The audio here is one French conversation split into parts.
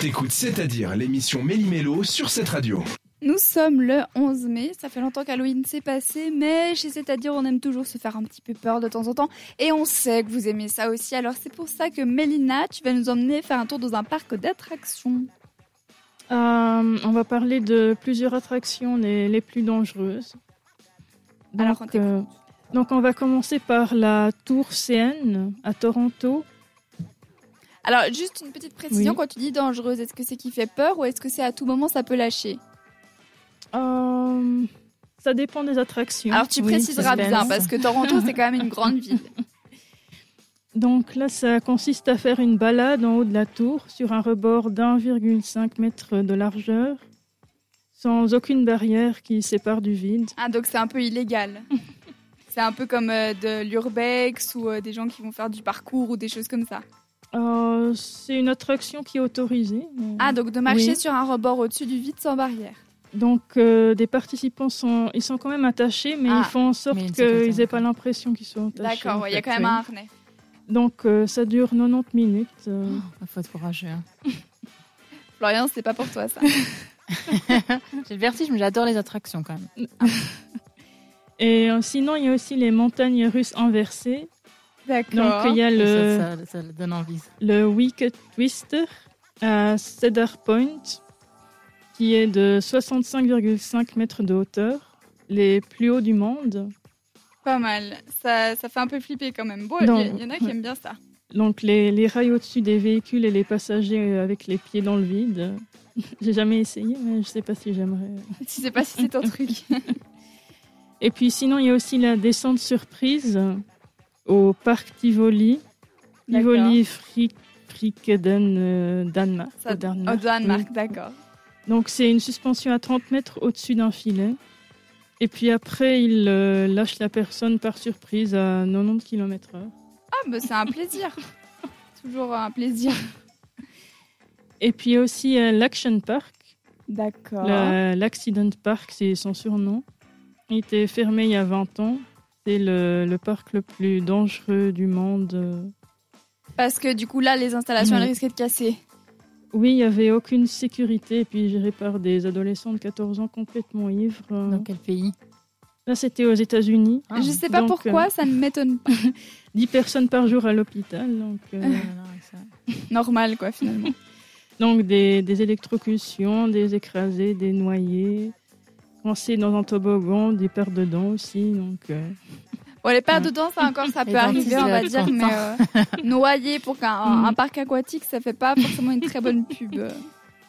T'écoutes C'est-à-dire l'émission Méli-Mélo sur cette radio. Nous sommes le 11 mai, ça fait longtemps qu'Halloween s'est passé, mais chez C'est-à-dire on aime toujours se faire un petit peu peur de temps en temps, et on sait que vous aimez ça aussi, alors c'est pour ça que Mélina, tu vas nous emmener faire un tour dans un parc d'attractions. Euh, on va parler de plusieurs attractions les, les plus dangereuses. Alors, on t'écoute. euh, donc on va commencer par la Tour CN à Toronto. Alors juste une petite précision, Oui. quand tu dis dangereuse, est-ce que c'est qui fait peur ou est-ce que c'est à tout moment ça peut lâcher Euh, ça dépend des attractions. Alors tu Oui, préciseras suspense. bien, parce que Toronto c'est quand même une grande ville. Donc là, ça consiste à faire une balade en haut de la tour sur un rebord d'1,5 mètre de largeur, sans aucune barrière qui sépare du vide. Ah, donc c'est un peu illégal. c'est un peu comme euh, de l'urbex ou euh, des gens qui vont faire du parcours ou des choses comme ça. Euh, c'est une attraction qui est autorisée. mais- Ah, donc de marcher Oui. sur un rebord au-dessus du vide sans barrière. Donc euh, des participants sont, ils sont quand même attachés, mais Ah, ils font en sorte mais ils ne se connectent qu'ils n'aient pas. pas l'impression qu'ils sont attachés. D'accord, en ouais, il y a fait, quand même oui. un harnais. Donc euh, ça dure 90 minutes. Oh. euh. Il faut être courageux. hein. Florian, c'est pas pour toi ça. J'ai le vertige, mais j'adore les attractions quand même. Et euh, sinon, il y a aussi les montagnes russes inversées. Donc D'accord. il y a le, Ça, ça- ça donne envie. le Wicked Twister à Cedar Point, qui est de 65,5 mètres de hauteur, les plus hauts du monde. Pas mal. Ça, ça fait un peu flipper quand même. Bon, il Non. y, il y en a qui aiment bien ça. Donc les, les rails au-dessus des véhicules et les passagers euh, avec les pieds dans le vide. J'ai jamais essayé, mais je sais pas si j'aimerais. Je sais pas si c'est ton truc. Et puis sinon, il y a aussi la descente surprise au parc Tivoli. D'accord. Tivoli Frik- Frikeden, euh, Danemark. Ça- au Au Danemark, Danemark, oui. Oh, d'accord. Donc c'est une suspension à 30 mètres au-dessus d'un filet. Et puis après, il euh, lâche la personne par surprise à 90 km/h. Ah, bah c'est un plaisir. Toujours un plaisir. Et puis il y a aussi euh, l'Action Park. D'accord. La- L'Accident Park, c'est son surnom. Il était fermé il y a 20 ans. C'est le, le parc le plus dangereux du monde. euh, Parce que du coup, là, les installations, elles Oui. risquaient de casser. Oui, il n'y avait aucune sécurité, et puis géré par des adolescents de 14 ans complètement ivres. euh. Dans quel pays Là, c'était aux États-Unis. Ah, je sais pas donc, pourquoi, euh, ça ne m'étonne pas. 10 personnes par jour à l'hôpital, donc, euh, non, non, non, ça- Normal, quoi, finalement. donc des, des électrocutions, des écrasés, des noyés. Coincés dans un toboggan, des pertes de dents aussi. Donc, euh, Bon, les pertes Mm. de temps, ça encore, ça Les peut arriver, dentistes, on va euh, dire, mais euh, noyer pour qu'un Mm. un parc aquatique, ça fait pas forcément une très bonne pub.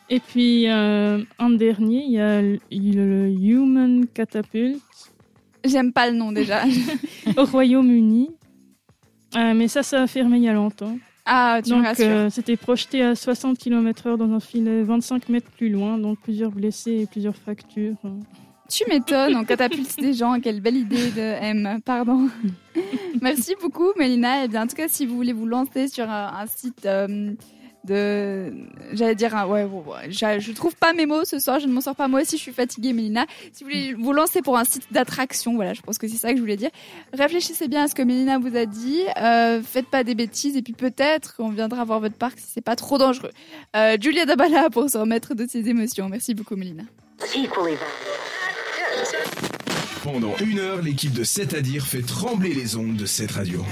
Et puis, euh, en dernier, il y a le, le Human Catapult J'aime pas le nom déjà. au Royaume-Uni. Euh, mais ça, ça a fermé il y a longtemps. Ah, tu me donc, rassures. euh, c'était projeté à 60 km/h dans un filet 25 mètres plus loin, donc plusieurs blessés et plusieurs fractures. hein. Tu m'étonnes, on catapulte des gens, quelle belle idée de M, pardon. Merci beaucoup Mélina, et bien en tout cas si vous voulez vous lancer sur un, un site euh, de... J'allais dire, un- ouais, ouais, ouais, j'a- je trouve pas mes mots ce soir, je ne m'en sors pas moi aussi, je suis fatiguée Mélina. Si vous voulez vous lancer pour un site d'attraction, voilà, je pense que c'est ça que je voulais dire. Réfléchissez bien à ce que Mélina vous a dit, euh, faites pas des bêtises, et puis peut-être qu'on viendra voir votre parc si c'est pas trop dangereux. Euh, Julia Dabala pour se remettre de ses émotions, merci beaucoup Mélina. equally valid. Pendant une heure, l'équipe de C'est-à-dire fait trembler les ondes de cette radio.